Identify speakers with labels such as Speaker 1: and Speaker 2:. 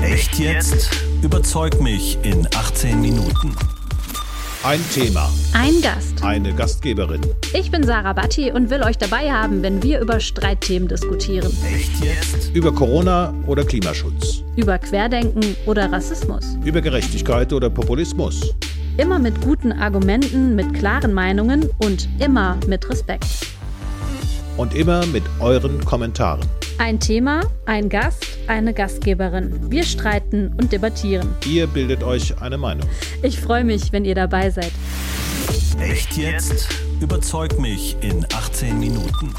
Speaker 1: Echt jetzt? Überzeug mich in 18 Minuten.
Speaker 2: Ein Thema,
Speaker 3: Ein Gast.
Speaker 2: eine Gastgeberin.
Speaker 3: Ich bin Sarah Batti und will euch dabei haben, wenn wir über Streitthemen diskutieren.
Speaker 1: Echt jetzt?
Speaker 2: Über Corona oder Klimaschutz.
Speaker 3: Über Querdenken oder Rassismus.
Speaker 2: Über Gerechtigkeit oder Populismus.
Speaker 3: Immer mit guten Argumenten, mit klaren Meinungen und immer mit Respekt.
Speaker 2: Und immer mit euren Kommentaren.
Speaker 3: Ein Thema, ein Gast, eine Gastgeberin. Wir streiten und debattieren.
Speaker 2: Ihr bildet euch eine Meinung.
Speaker 3: Ich freue mich, wenn ihr dabei seid.
Speaker 1: Echt jetzt? Überzeug mich in 18 Minuten.